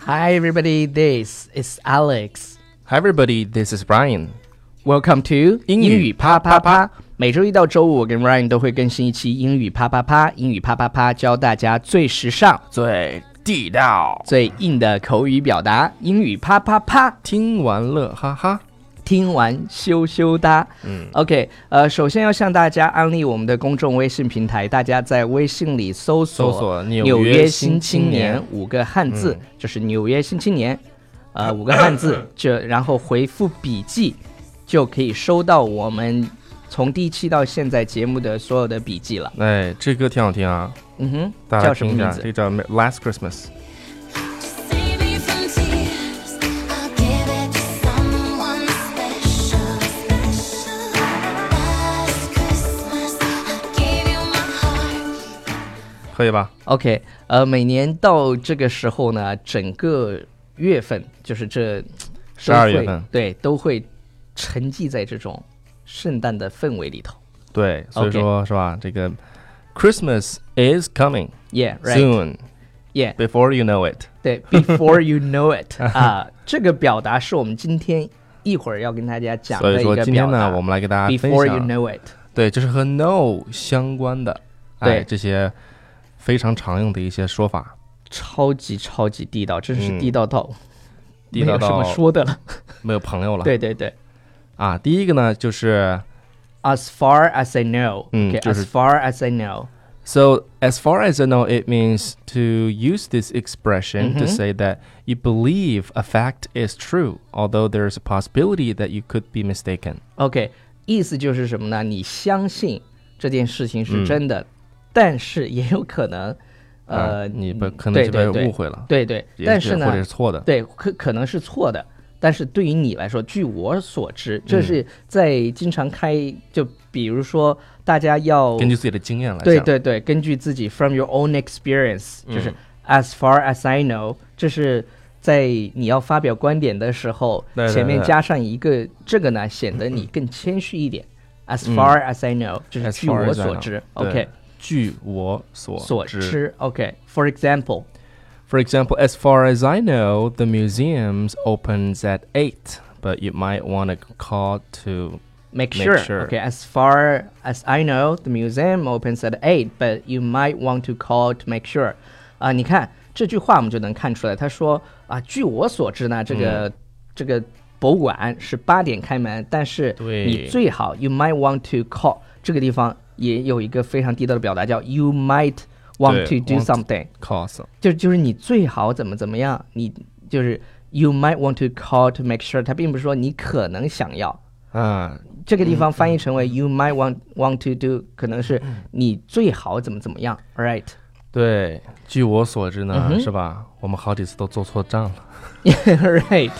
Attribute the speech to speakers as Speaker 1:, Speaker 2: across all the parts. Speaker 1: Hi, everybody. This is Alex.
Speaker 2: Hi everybody, this is Brian.
Speaker 1: Welcome to
Speaker 2: 英语
Speaker 1: 啪啪啪。每周一到周五，我跟 Ryan 都会更新一期英语啪啪啪。英语啪啪啪，教大家最时尚、
Speaker 2: 最地道，
Speaker 1: 最硬的口语表达。英语啪啪啪，
Speaker 2: 听完乐哈哈。
Speaker 1: 听完羞羞哒。
Speaker 2: 嗯
Speaker 1: OK，呃，首先要向大家安利我们的公众微信平台，大家在微信里搜索
Speaker 2: 搜索纽
Speaker 1: 纽
Speaker 2: 约
Speaker 1: 约
Speaker 2: 新
Speaker 1: 新
Speaker 2: 青
Speaker 1: 青
Speaker 2: 年嗯
Speaker 1: 年”五个汉字，就是纽约新青年， 呃，五个汉字，这然后回复笔记，就可以收到我们从第一期到现在节目的所有的笔记了。
Speaker 2: 哎，这歌挺好听啊，
Speaker 1: 嗯
Speaker 2: 大
Speaker 1: 哼，
Speaker 2: 家
Speaker 1: 叫什么
Speaker 2: 听一
Speaker 1: 名
Speaker 2: 下，
Speaker 1: 字？
Speaker 2: 这叫《Last Christmas》。
Speaker 3: Save me from tears. I'll give it to someone special, special. Last Christmas, I gave you my heart.
Speaker 2: 可以吧？
Speaker 1: OK，呃，每年到这个时候呢，整个月份就是这
Speaker 2: 十二
Speaker 1: 都会
Speaker 2: 月份
Speaker 1: 对，都会沉寂在这种圣诞的氛围里头。
Speaker 2: 对，所以
Speaker 1: OK
Speaker 2: 说是吧？这个 Christmas is coming
Speaker 1: Yeah, right.
Speaker 2: soon.
Speaker 1: Yeah，
Speaker 2: Before you know it，
Speaker 1: 对，Before you know it 啊，这个表达是我们今天一会儿要跟大家讲
Speaker 2: 所
Speaker 1: 的
Speaker 2: 以
Speaker 1: 一
Speaker 2: 说
Speaker 1: 个
Speaker 2: 今天
Speaker 1: 表达
Speaker 2: 呢，。我们来给大家分
Speaker 1: Before you
Speaker 2: 享，
Speaker 1: know it，
Speaker 2: 对，就是和 no 相关的，哎，
Speaker 1: 对
Speaker 2: 这些非常常用的一些说法，
Speaker 1: 超级超级地道，真是
Speaker 2: 嗯
Speaker 1: 地道到
Speaker 2: 地道
Speaker 1: 没有什
Speaker 2: 到
Speaker 1: 么说的了。
Speaker 2: 没有朋友了。
Speaker 1: 对对对
Speaker 2: 啊，第一个呢就是
Speaker 1: ，As far as I know，
Speaker 2: 嗯
Speaker 1: OK，
Speaker 2: 就是
Speaker 1: As far as I know，
Speaker 2: So, as far as I know, it means to use this expression to
Speaker 1: Mhm.
Speaker 2: say that you believe a fact is true, although there is a possibility that you could be mistaken.
Speaker 1: OK，意思就是什么呢？你相信这件事情
Speaker 2: 嗯
Speaker 1: 是真的，但是也有可能，呃，
Speaker 2: 啊你被
Speaker 1: 嗯
Speaker 2: 可能
Speaker 1: 对
Speaker 2: 就被
Speaker 1: 对对
Speaker 2: 误会了，
Speaker 1: 对对，
Speaker 2: 也
Speaker 1: 但
Speaker 2: 许
Speaker 1: 是
Speaker 2: 或者
Speaker 1: 呢
Speaker 2: 是，错的。
Speaker 1: 对，可可能是错的。但是对于你来说，据我所知，
Speaker 2: 嗯
Speaker 1: 这是在经常开，就比如说大家要
Speaker 2: 根据自己的经验来
Speaker 1: 对
Speaker 2: 讲，
Speaker 1: 对对，根据自己 from your own experience，、就是
Speaker 2: 嗯
Speaker 1: as far as I know，这是在你要发表观点的时候，
Speaker 2: 对对
Speaker 1: 前面
Speaker 2: 对
Speaker 1: 加上一个这个呢，显得你更谦虚一点。as far as I know，、就是
Speaker 2: 嗯 As
Speaker 1: 据
Speaker 2: far as I
Speaker 1: 我
Speaker 2: know，
Speaker 1: 所知
Speaker 2: 对
Speaker 1: ，OK，
Speaker 2: 据我所
Speaker 1: 所
Speaker 2: 知。
Speaker 1: 知，OK，for、example，
Speaker 2: For example, as far as I know, the museums opens at eight, but you might want to call to
Speaker 1: Make
Speaker 2: Make
Speaker 1: sure.
Speaker 2: sure.
Speaker 1: Okay. As far as I know, the museum opens at eight, but you might want to call to make sure. 啊、你看这句话我们就能看出来，他说啊，据我所知呢，这
Speaker 2: 嗯
Speaker 1: 个、这个博物馆是八点开门，但是
Speaker 2: 对
Speaker 1: 你最好 you might want to call 这个地方也有一个非常地道的表达叫 you might want
Speaker 2: 对
Speaker 1: to do
Speaker 2: want to-
Speaker 1: something，
Speaker 2: call some.
Speaker 1: 就就是你最好怎么怎么样，你就是 you might want to call to make sure，它并不是说你可能想要。
Speaker 2: 啊，
Speaker 1: 这个地方翻译成为 “you might want want to do”，可能是
Speaker 2: 嗯
Speaker 1: 你最好怎么怎么样，right？
Speaker 2: 对，据我所知呢，
Speaker 1: 嗯哼
Speaker 2: 是吧？我们好几次都做错账了。
Speaker 1: right。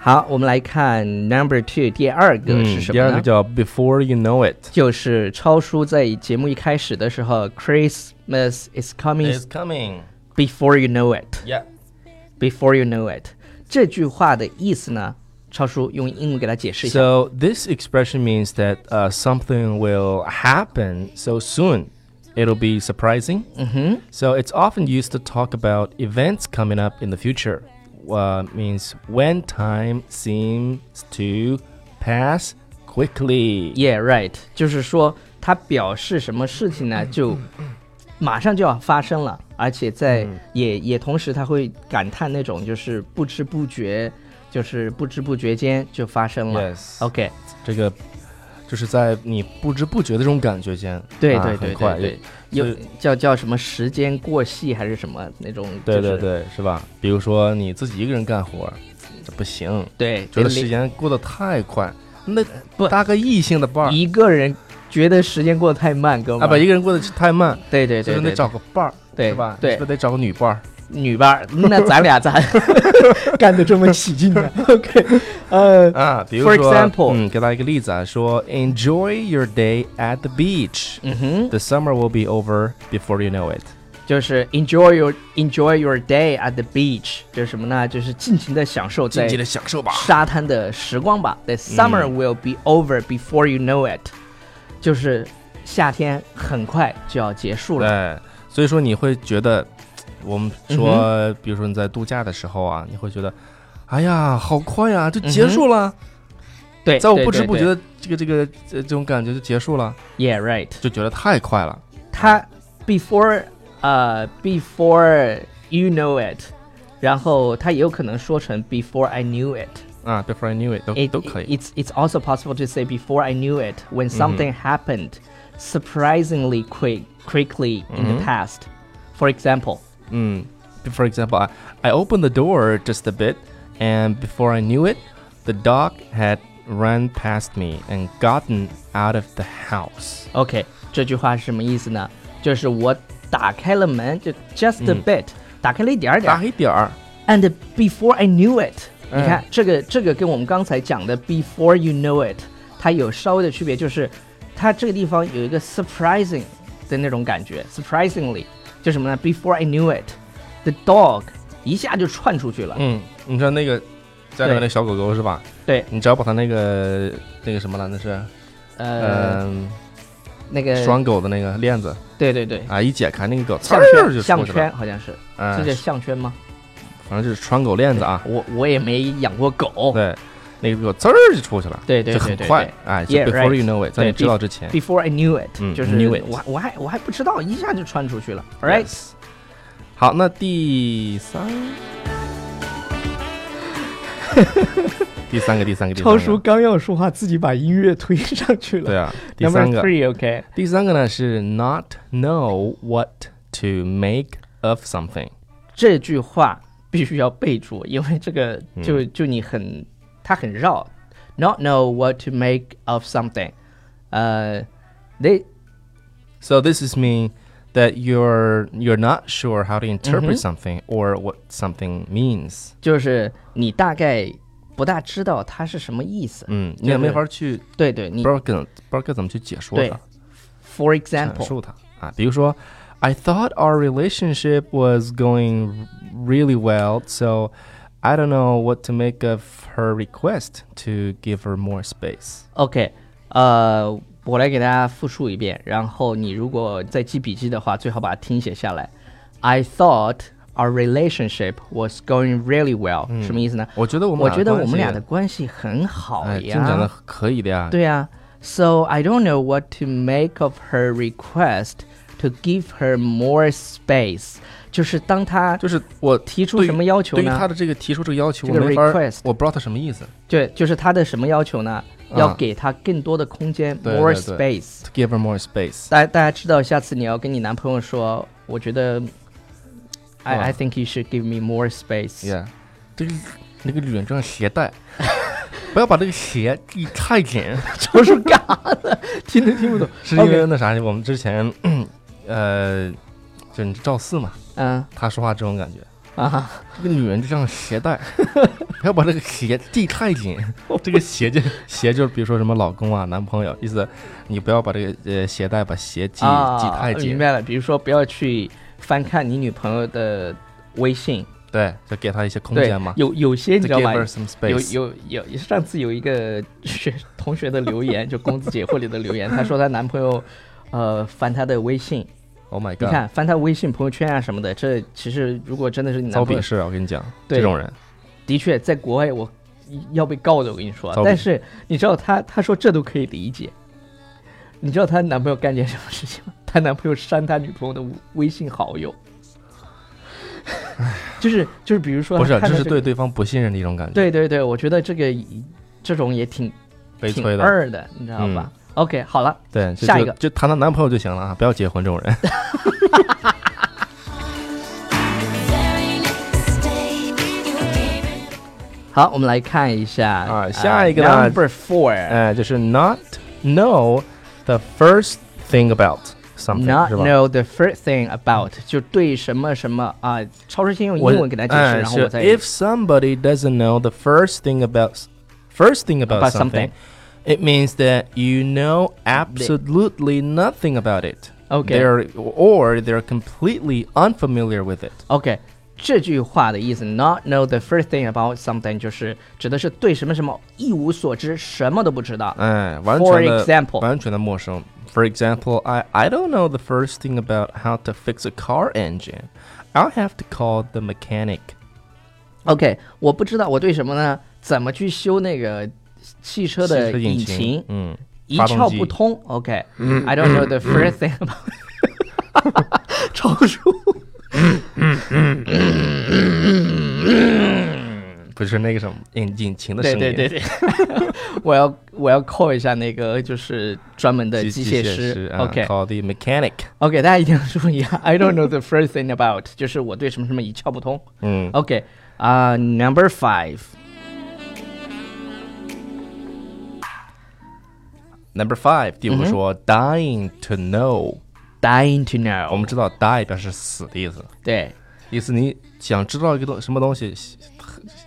Speaker 1: 好，我们来看 number two，第二个是什
Speaker 2: 嗯第
Speaker 1: 么
Speaker 2: 二
Speaker 1: 呢？
Speaker 2: 个叫 Before You Know It
Speaker 1: 就是超叔在节目一开始的时候，Christmas is coming
Speaker 2: coming.
Speaker 1: before you know it。
Speaker 2: Yeah.
Speaker 1: Before you know it，这句话的意思呢？超叔用英文给他解释一下。
Speaker 2: So this expression means that uh, something will happen so soon. It'll be surprising. Mm-hmm. So it's often used to talk about events coming up in the future. Uh, means when time seems to pass quickly.
Speaker 1: Yeah, right，就是说它表示什么事情呢？
Speaker 2: 嗯
Speaker 1: 就马上就要发生了，而且在、
Speaker 2: 嗯
Speaker 1: 也也同时，他会感叹那种就是不知不觉，就是不知不觉间就发生了。
Speaker 2: Yes.
Speaker 1: OK，
Speaker 2: 这个就是在你不知不觉的这种感觉间，
Speaker 1: 对
Speaker 2: 啊
Speaker 1: 对
Speaker 2: 很
Speaker 1: 对
Speaker 2: 快
Speaker 1: 对对，有
Speaker 2: 所以
Speaker 1: 叫叫什么时间过隙还是什么那种？
Speaker 2: 对对
Speaker 1: 就是
Speaker 2: 对，是吧？比如说你自己一个人干活，这不行，
Speaker 1: 对，
Speaker 2: 觉得
Speaker 1: 连
Speaker 2: 时间过得太快。那
Speaker 1: 不
Speaker 2: 搭个异性的伴儿
Speaker 1: 一个人觉得时间过得太慢，哥们
Speaker 2: 啊，
Speaker 1: 儿。
Speaker 2: 不，一个人过得太慢，
Speaker 1: 对对对
Speaker 2: 就是
Speaker 1: 对，
Speaker 2: 得
Speaker 1: 对
Speaker 2: 找个伴儿，
Speaker 1: 对
Speaker 2: 是吧？
Speaker 1: 对
Speaker 2: 是不是得找个女伴儿？
Speaker 1: 女伴 儿，那咱俩咱干得这么起劲 呢？OK，呃。
Speaker 2: 啊，比如说
Speaker 1: For example-
Speaker 2: 嗯，给大家一个例子啊，说 Enjoy your day at the beach.
Speaker 1: 嗯哼，
Speaker 2: The summer will be over before you know it.
Speaker 1: 就是 enjoy your enjoy your day at the beach，这是什么呢？就是尽情的享受在
Speaker 2: 嗯地嗯享受吧
Speaker 1: 沙滩的时光吧。The summer will be over before you know it，、就是夏天很快就要结束了。
Speaker 2: 对，所以说你会觉得我们说，
Speaker 1: 嗯
Speaker 2: 比如说你在度假的时候啊，你会觉得，哎呀，好快呀，就结束了，
Speaker 1: 嗯对，
Speaker 2: 在我
Speaker 1: 对
Speaker 2: 不知不觉，
Speaker 1: 对
Speaker 2: 的这个这个呃这这种感觉就结束了，
Speaker 1: 对 yeah right，
Speaker 2: 就觉得太快了。
Speaker 1: 他 before 呃 before you know it，然后他也有可能说成 before I knew it。
Speaker 2: 啊，before Ah, I knew it 都
Speaker 1: It,
Speaker 2: 都可以。
Speaker 1: It's it's also possible to say before I knew it when something happened surprisingly quick quickly in the past. For example,
Speaker 2: 嗯，for mm. example, I I opened the door just a bit, and before I knew it, the dog had run past me and gotten out of the house.
Speaker 1: OK，这句话是什么意思呢？就是我打开了门，就 just a
Speaker 2: 嗯
Speaker 1: bit，、打开了一点儿点儿
Speaker 2: 大。一点儿，
Speaker 1: And before I knew it，、
Speaker 2: 嗯
Speaker 1: 你看这个这个跟我们刚才讲的 before you know it，它有稍微的区别，就是它这个地方有一个 surprising 的那种感觉，surprisingly 就什么呢？Before I knew it，the dog 一下就窜出去了。
Speaker 2: 嗯，你知道那个家里面
Speaker 1: 对
Speaker 2: 那小狗狗是吧？
Speaker 1: 对，
Speaker 2: 你只要把它那个那个什么了，那是
Speaker 1: 呃，
Speaker 2: 嗯、
Speaker 1: 那个，
Speaker 2: 拴狗的那个链子
Speaker 1: 对对对，
Speaker 2: 啊，一解开那个狗，
Speaker 1: 项
Speaker 2: 呲儿就
Speaker 1: 圈
Speaker 2: 出
Speaker 1: 项
Speaker 2: 去了
Speaker 1: 圈，好像是，
Speaker 2: 嗯
Speaker 1: 这叫项圈吗？
Speaker 2: 反正就是拴狗链子啊，
Speaker 1: 我我也没养过狗。
Speaker 2: 对，那个狗呲儿就出去了，
Speaker 1: 对对
Speaker 2: 就
Speaker 1: 对
Speaker 2: 很
Speaker 1: 对
Speaker 2: 快
Speaker 1: 对，
Speaker 2: 哎，就
Speaker 1: Yeah,
Speaker 2: before
Speaker 1: right.
Speaker 2: you know it，在
Speaker 1: 对
Speaker 2: 你知道
Speaker 1: ，be-
Speaker 2: 之前
Speaker 1: Before I knew it，、
Speaker 2: 嗯
Speaker 1: 就是
Speaker 2: knew it
Speaker 1: 我我还我还不知道，一下就窜出去了。All right，
Speaker 2: ，right。好，那第三， 第三个，第三个，第三
Speaker 1: 超叔
Speaker 2: 个，
Speaker 1: 刚要说话，自己把音乐推上去了。
Speaker 2: 对啊，第三
Speaker 1: Number
Speaker 2: 个，
Speaker 1: three, OK，
Speaker 2: 第三个呢是 not know what to make of something。
Speaker 1: 这句话必须要备注，因为这个就、就你很它很绕。Not know what to make of something，呃、they
Speaker 2: So this is mean that you're you're not sure how to
Speaker 1: Mm-hmm.
Speaker 2: interpret something or what something means。
Speaker 1: 就是你大概不大知道它是什么意思。
Speaker 2: 嗯，你也没法去
Speaker 1: 对对，你
Speaker 2: 不知道跟不知道该怎么去解说
Speaker 1: 对
Speaker 2: 它、
Speaker 1: ，For
Speaker 2: 阐
Speaker 1: example，
Speaker 2: 述它啊。比如说，I thought our relationship was going really well, so I don't know what to make of her request to give her more space。
Speaker 1: OK，呃，我来给大家复述一遍，然后你如果在记笔记的话，最好把它听写下来。I thought our relationship was going really well，、什么意思呢？
Speaker 2: 我觉得嗯我们
Speaker 1: 我
Speaker 2: 俩
Speaker 1: 觉得
Speaker 2: 关
Speaker 1: 我们
Speaker 2: 系
Speaker 1: 俩的关系很好
Speaker 2: 哎，进
Speaker 1: 呀，
Speaker 2: 展的可以的呀。
Speaker 1: 对呀、So I don't know what to make of her request to give her more space，就是当他
Speaker 2: 就是我
Speaker 1: 提出
Speaker 2: 对于
Speaker 1: 什么要求
Speaker 2: 对于
Speaker 1: 呢
Speaker 2: 他的这个提出这个要求，
Speaker 1: 这
Speaker 2: 我
Speaker 1: 个
Speaker 2: 没法儿
Speaker 1: request，
Speaker 2: 我不知道他什么意思。
Speaker 1: 对，就是他的什么要求呢？要
Speaker 2: 啊
Speaker 1: 给他更多的空间
Speaker 2: 对
Speaker 1: ，more
Speaker 2: 对对
Speaker 1: space。
Speaker 2: To give her more space，
Speaker 1: 大大家知道，下次你要跟你男朋友说，我觉得
Speaker 2: 哇
Speaker 1: ，I I think you should give me more space。
Speaker 2: Yeah，这个那个女人正携带，不要把这个鞋系太紧，
Speaker 1: 超叔干啥的？听都听不懂。
Speaker 2: 是因
Speaker 1: OK
Speaker 2: 为那啥，我们之前， 呃，就是赵四嘛，
Speaker 1: 嗯
Speaker 2: 他说话这种感觉，
Speaker 1: 啊，
Speaker 2: 这个女人就像鞋 带，不要把这个鞋系太紧，
Speaker 1: 哦
Speaker 2: 这个鞋就鞋就是比如说什么老公啊、男朋友，意思你不要把这个呃鞋带把鞋系
Speaker 1: 啊
Speaker 2: 系太
Speaker 1: 明
Speaker 2: 紧，
Speaker 1: 白了。比如说，不要去翻看你女朋友的微信，
Speaker 2: 对，就给她一些空
Speaker 1: 对
Speaker 2: 间嘛，。
Speaker 1: 有有些你
Speaker 2: To
Speaker 1: 知道
Speaker 2: give
Speaker 1: 吗？
Speaker 2: her some
Speaker 1: 有
Speaker 2: space，
Speaker 1: 有有，上次有一个学同学的留 言，就公子姐会里的留言，她说她男朋友，呃，翻她的微信，
Speaker 2: Oh my
Speaker 1: 你
Speaker 2: god！
Speaker 1: 看翻她微信朋友圈啊什么的，这其实如果真的是你
Speaker 2: 遭
Speaker 1: 男朋
Speaker 2: 鄙
Speaker 1: 友，
Speaker 2: 视啊！我跟你讲，
Speaker 1: 对
Speaker 2: 这种人，
Speaker 1: 的确，在国外我要被告的，我跟你说啊
Speaker 2: 糟。
Speaker 1: 但
Speaker 2: 粕
Speaker 1: 是你知道她，她说这都可以理解。你知道她男朋友干件什么事情吗？ 她男朋友删她女朋友的微信好友， 就是就是，比如说
Speaker 2: 不是，啊
Speaker 1: 她看
Speaker 2: 这
Speaker 1: 到
Speaker 2: 是
Speaker 1: 这
Speaker 2: 对
Speaker 1: 个
Speaker 2: 对方不信任的一种感觉，
Speaker 1: 对对对，我觉得这个这种也挺
Speaker 2: 悲
Speaker 1: 挺
Speaker 2: 催的。嗯
Speaker 1: 二的，你知道吧、o k 好了，
Speaker 2: 对，这
Speaker 1: 下一
Speaker 2: 就
Speaker 1: 个
Speaker 2: 就谈谈男朋友就行了啊，不要结婚这种人。
Speaker 3: Very next day, you gave it
Speaker 1: 好，我们来看一下
Speaker 2: 啊
Speaker 1: 呃
Speaker 2: 下一个呢
Speaker 1: number four，not
Speaker 2: 哎，就是 Uh, not know the first thing about something，是吧？
Speaker 1: know the first thing about，就对什么什么啊，超市先用
Speaker 2: 我
Speaker 1: 英文给大家解释，
Speaker 2: 哎
Speaker 1: 然后
Speaker 2: 是
Speaker 1: 我再
Speaker 2: Uh, if somebody doesn't know the first thing about first thing about
Speaker 1: About
Speaker 2: something,
Speaker 1: something.
Speaker 2: it means that you know absolutely nothing about it.
Speaker 1: Okay.
Speaker 2: They're or they're completely unfamiliar with it.
Speaker 1: OK，这句话的意思，not know the first thing about something，就是指的是对什么什么一无所知，什么都不知道。
Speaker 2: 哎，完
Speaker 1: For
Speaker 2: 全的
Speaker 1: example
Speaker 2: 完全的陌生。For example, I I don't know the first thing about how to fix a car engine. I'll have to call the mechanic.
Speaker 1: OK，我不知道我对什么呢？怎么去修那个汽车的
Speaker 2: 汽车
Speaker 1: 引
Speaker 2: 引
Speaker 1: 擎？
Speaker 2: 嗯，
Speaker 1: 一
Speaker 2: 发动
Speaker 1: 窍
Speaker 2: 机嗯
Speaker 1: 不通。OK，I、don't know the first thing about 超叔。
Speaker 2: 不是那个什么引引擎的声
Speaker 1: 对
Speaker 2: 音。
Speaker 1: 对对对，我要我要 call 一下那个就是专门的
Speaker 2: 机
Speaker 1: 机
Speaker 2: 械
Speaker 1: 师。
Speaker 2: 啊
Speaker 1: OK
Speaker 2: call the mechanic。
Speaker 1: OK，大家一定要注意啊！I don't know the first thing about，就是我对什么什么一窍不通。
Speaker 2: 嗯
Speaker 1: OK 啊、n u m b e r five，
Speaker 2: ，Number five，第
Speaker 1: 嗯
Speaker 2: 五说 dying to know。
Speaker 1: dying to know，
Speaker 2: 我们知道 die 表示死的意思，
Speaker 1: 对
Speaker 2: 意思你想知道一个东什么东西，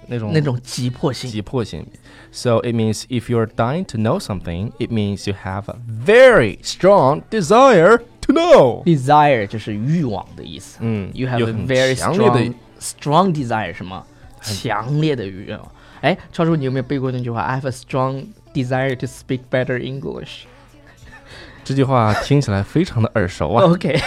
Speaker 2: 那种
Speaker 1: 那种急迫性。
Speaker 2: 急迫性。So it means if you're dying to know something, it means you have a very strong desire to know.
Speaker 1: desire 就是欲望的意思。
Speaker 2: 嗯
Speaker 1: ，you have
Speaker 2: 有
Speaker 1: a
Speaker 2: 很
Speaker 1: very
Speaker 2: 强烈的
Speaker 1: strong strong desire 什么？强烈的欲望。哎，超叔，你有没有背过那句话？I have a strong desire to speak better English。
Speaker 2: 这句话听起来非常的耳熟啊。
Speaker 1: OK，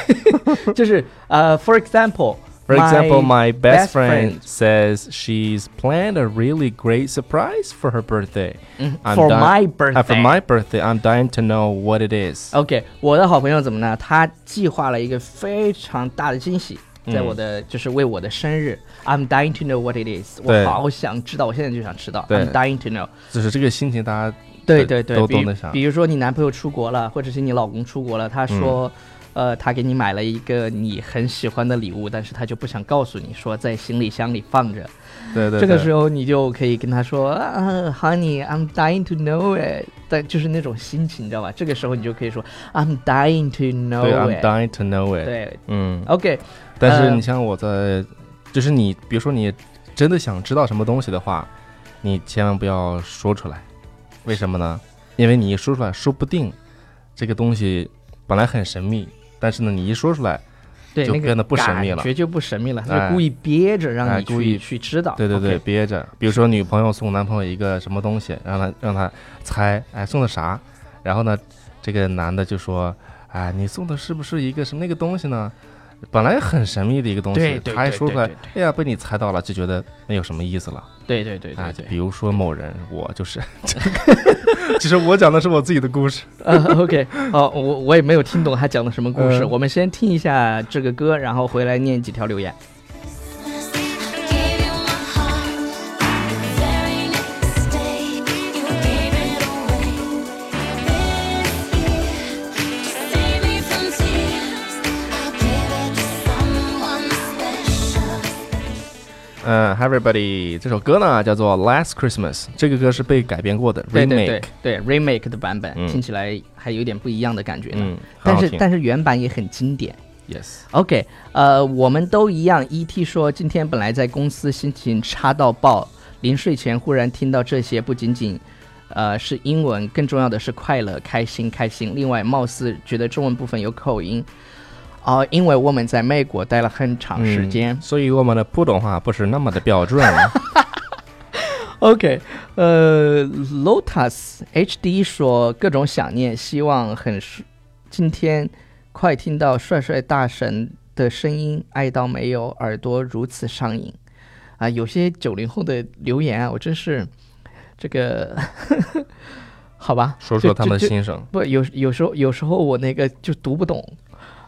Speaker 1: 就是呃、f o r example。
Speaker 2: For example, my
Speaker 1: best
Speaker 2: best
Speaker 1: friend
Speaker 2: friend says she's planned a really great surprise for her birthday. I'm
Speaker 1: Mm-hmm. for my
Speaker 2: dying- Uh, for
Speaker 1: birthday. 哦
Speaker 2: my birthday, I'm dying to know what it is.
Speaker 1: OK，我的好朋友怎么呢？他计划了一个非常大的惊喜，
Speaker 2: 嗯
Speaker 1: 在我的、就是为我的生日。I'm dying to know what it is。我
Speaker 2: 对
Speaker 1: 好想知道，我现在就想知道。
Speaker 2: 对
Speaker 1: I'm dying to know。
Speaker 2: 就是这个心情，大家
Speaker 1: 对对对，
Speaker 2: 都
Speaker 1: 比
Speaker 2: 懂
Speaker 1: 如
Speaker 2: 得啥
Speaker 1: 比如说你男朋友出国了，或者是你老公出国了，他说，
Speaker 2: 嗯
Speaker 1: 呃，他给你买了一个你很喜欢的礼物，但是他就不想告诉你说在行李箱里放着。
Speaker 2: 对对
Speaker 1: 这个时
Speaker 2: 候
Speaker 1: 候你就可以跟他说啊，Honey，I'm dying to know it。但就是那种心情，你知道吧？这个时候你就可以说，I'm dying to know
Speaker 2: 对，I'm
Speaker 1: it。
Speaker 2: dying to know it。
Speaker 1: 对
Speaker 2: 嗯，
Speaker 1: ，OK，
Speaker 2: 但是
Speaker 1: 呃
Speaker 2: 你像我在，就是你，比如说你真的想知道什么东西的话，你千万不要说出来。为什么呢？因为你一说出来，说不定这个东西本来很神秘，但是呢，你一说出来，
Speaker 1: 对，
Speaker 2: 就
Speaker 1: 那个
Speaker 2: 变得不神秘了
Speaker 1: 感觉就不神秘了，他
Speaker 2: 哎
Speaker 1: 就故意憋着让
Speaker 2: 哎
Speaker 1: 你去、
Speaker 2: 故意
Speaker 1: 去知道。
Speaker 2: 对对对
Speaker 1: OK，
Speaker 2: 憋着。比如说女朋友送男朋友一个什么东西，让他让他猜，哎，送的啥？然后呢，这个男的就说，哎，你送的是不是一个什么那个东西呢？本来很神秘的一个东西，
Speaker 1: 对对
Speaker 2: 他还
Speaker 1: 对
Speaker 2: 说出
Speaker 1: 对
Speaker 2: 来
Speaker 1: 对，
Speaker 2: 哎呀，被你猜到了，就觉得没有什么意思了
Speaker 1: 对对对
Speaker 2: 啊。
Speaker 1: 对
Speaker 2: 就
Speaker 1: 对。
Speaker 2: 比如说某人，我 就是，其实我讲的是我自己的故事。
Speaker 1: 呃，OK，哦，我我也没有听懂他讲的什么故事。
Speaker 2: 嗯
Speaker 1: 我们先听一下这个歌，然后回来念几条留言。
Speaker 3: I gave you my heart the very next day. You gave it away. This to save me from tears, I'll give it to someone special.
Speaker 2: 嗯，Hi everybody，这首歌呢叫做《Last Christmas》，这个歌是被改编过的 remake。
Speaker 1: 对对对对，remake 的版本、
Speaker 2: 嗯
Speaker 1: 听起来还有点不一样的感觉呢，
Speaker 2: 嗯很
Speaker 1: 但
Speaker 2: 好
Speaker 1: 是
Speaker 2: 听
Speaker 1: 但是原版也很经典。
Speaker 2: Yes，
Speaker 1: OK，呃，我们都一样。ET 说，今天本来在公司心情差到爆，临睡前忽然听到这些，不仅仅，呃，是英文，更重要的是快乐、开心、开心。另外，貌似觉得中文部分有口音，啊、因为我们在美国待了很长时间。
Speaker 2: 嗯所以我们的普通话不是那么的标准。
Speaker 1: OK，呃，Lotus HD 说各种想念，希望很顺今天快听到帅帅大神的声音，爱到没有耳朵如此上瘾啊！有些九零后的留言啊，我真是这个 好吧，
Speaker 2: 说说他们
Speaker 1: 就
Speaker 2: 的
Speaker 1: 就
Speaker 2: 心声。
Speaker 1: 不有有时候有时候我那个就读不懂，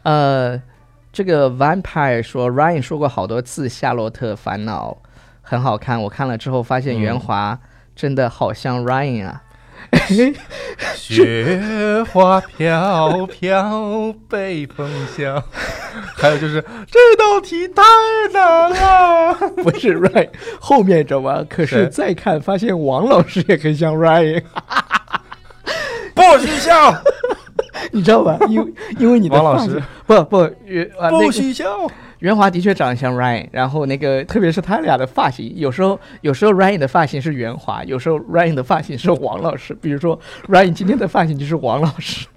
Speaker 1: 呃，这个 Vampire 说 Ryan 说过好多次《夏洛特烦恼》很好看，我看了之后发现
Speaker 2: 嗯
Speaker 1: 袁华真的好像 Ryan 啊，
Speaker 2: 雪花飘飘，被风萧。 还有就是这道题太难了。
Speaker 1: 不是 Ryan，后面知道吗？可是
Speaker 2: 是
Speaker 1: 再看发现王老师也很像 Ryan，
Speaker 2: 不许 笑，
Speaker 1: 你知道吧？因因为你的
Speaker 2: 王老
Speaker 1: 发
Speaker 2: 师
Speaker 1: 型不不袁啊那
Speaker 2: 不
Speaker 1: 个
Speaker 2: 许笑。
Speaker 1: 袁华的确长得像 Ryan，然后那个特别是他俩的发型，有时候有时候 Ryan 的发型是袁华，有时候 Ryan 的发型是王老师。比如说 Ryan 今天的发型就是王老师。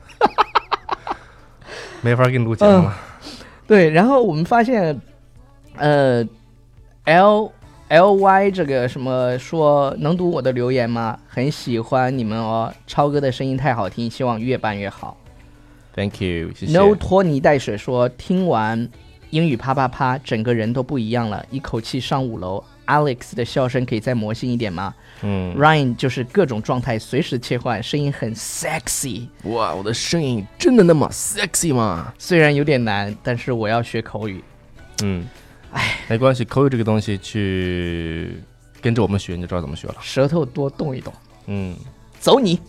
Speaker 2: 没法给你录节目了。
Speaker 1: 对，然后我们发现，呃，L L Y 这个什么说能读我的留言吗？很喜欢你们哦，超哥的声音太好听，希望越办越好。
Speaker 2: Thank you，谢谢。
Speaker 1: No 拖泥带水说听完英语啪啪啪，整个人都不一样了，一口气上五楼。Alex 的笑声可以再魔性一点吗？嗯，Ryan 就是各种状态随时切换，声音很 sexy，
Speaker 2: 哇，我的声音真的那么 sexy 吗？
Speaker 1: 虽然有点难，但是我要学口语。
Speaker 2: 嗯，哎，没关系，口语这个东西去跟着我们学，你就知道怎么学了。
Speaker 1: 舌头多动一动，
Speaker 2: 嗯，
Speaker 1: 走你！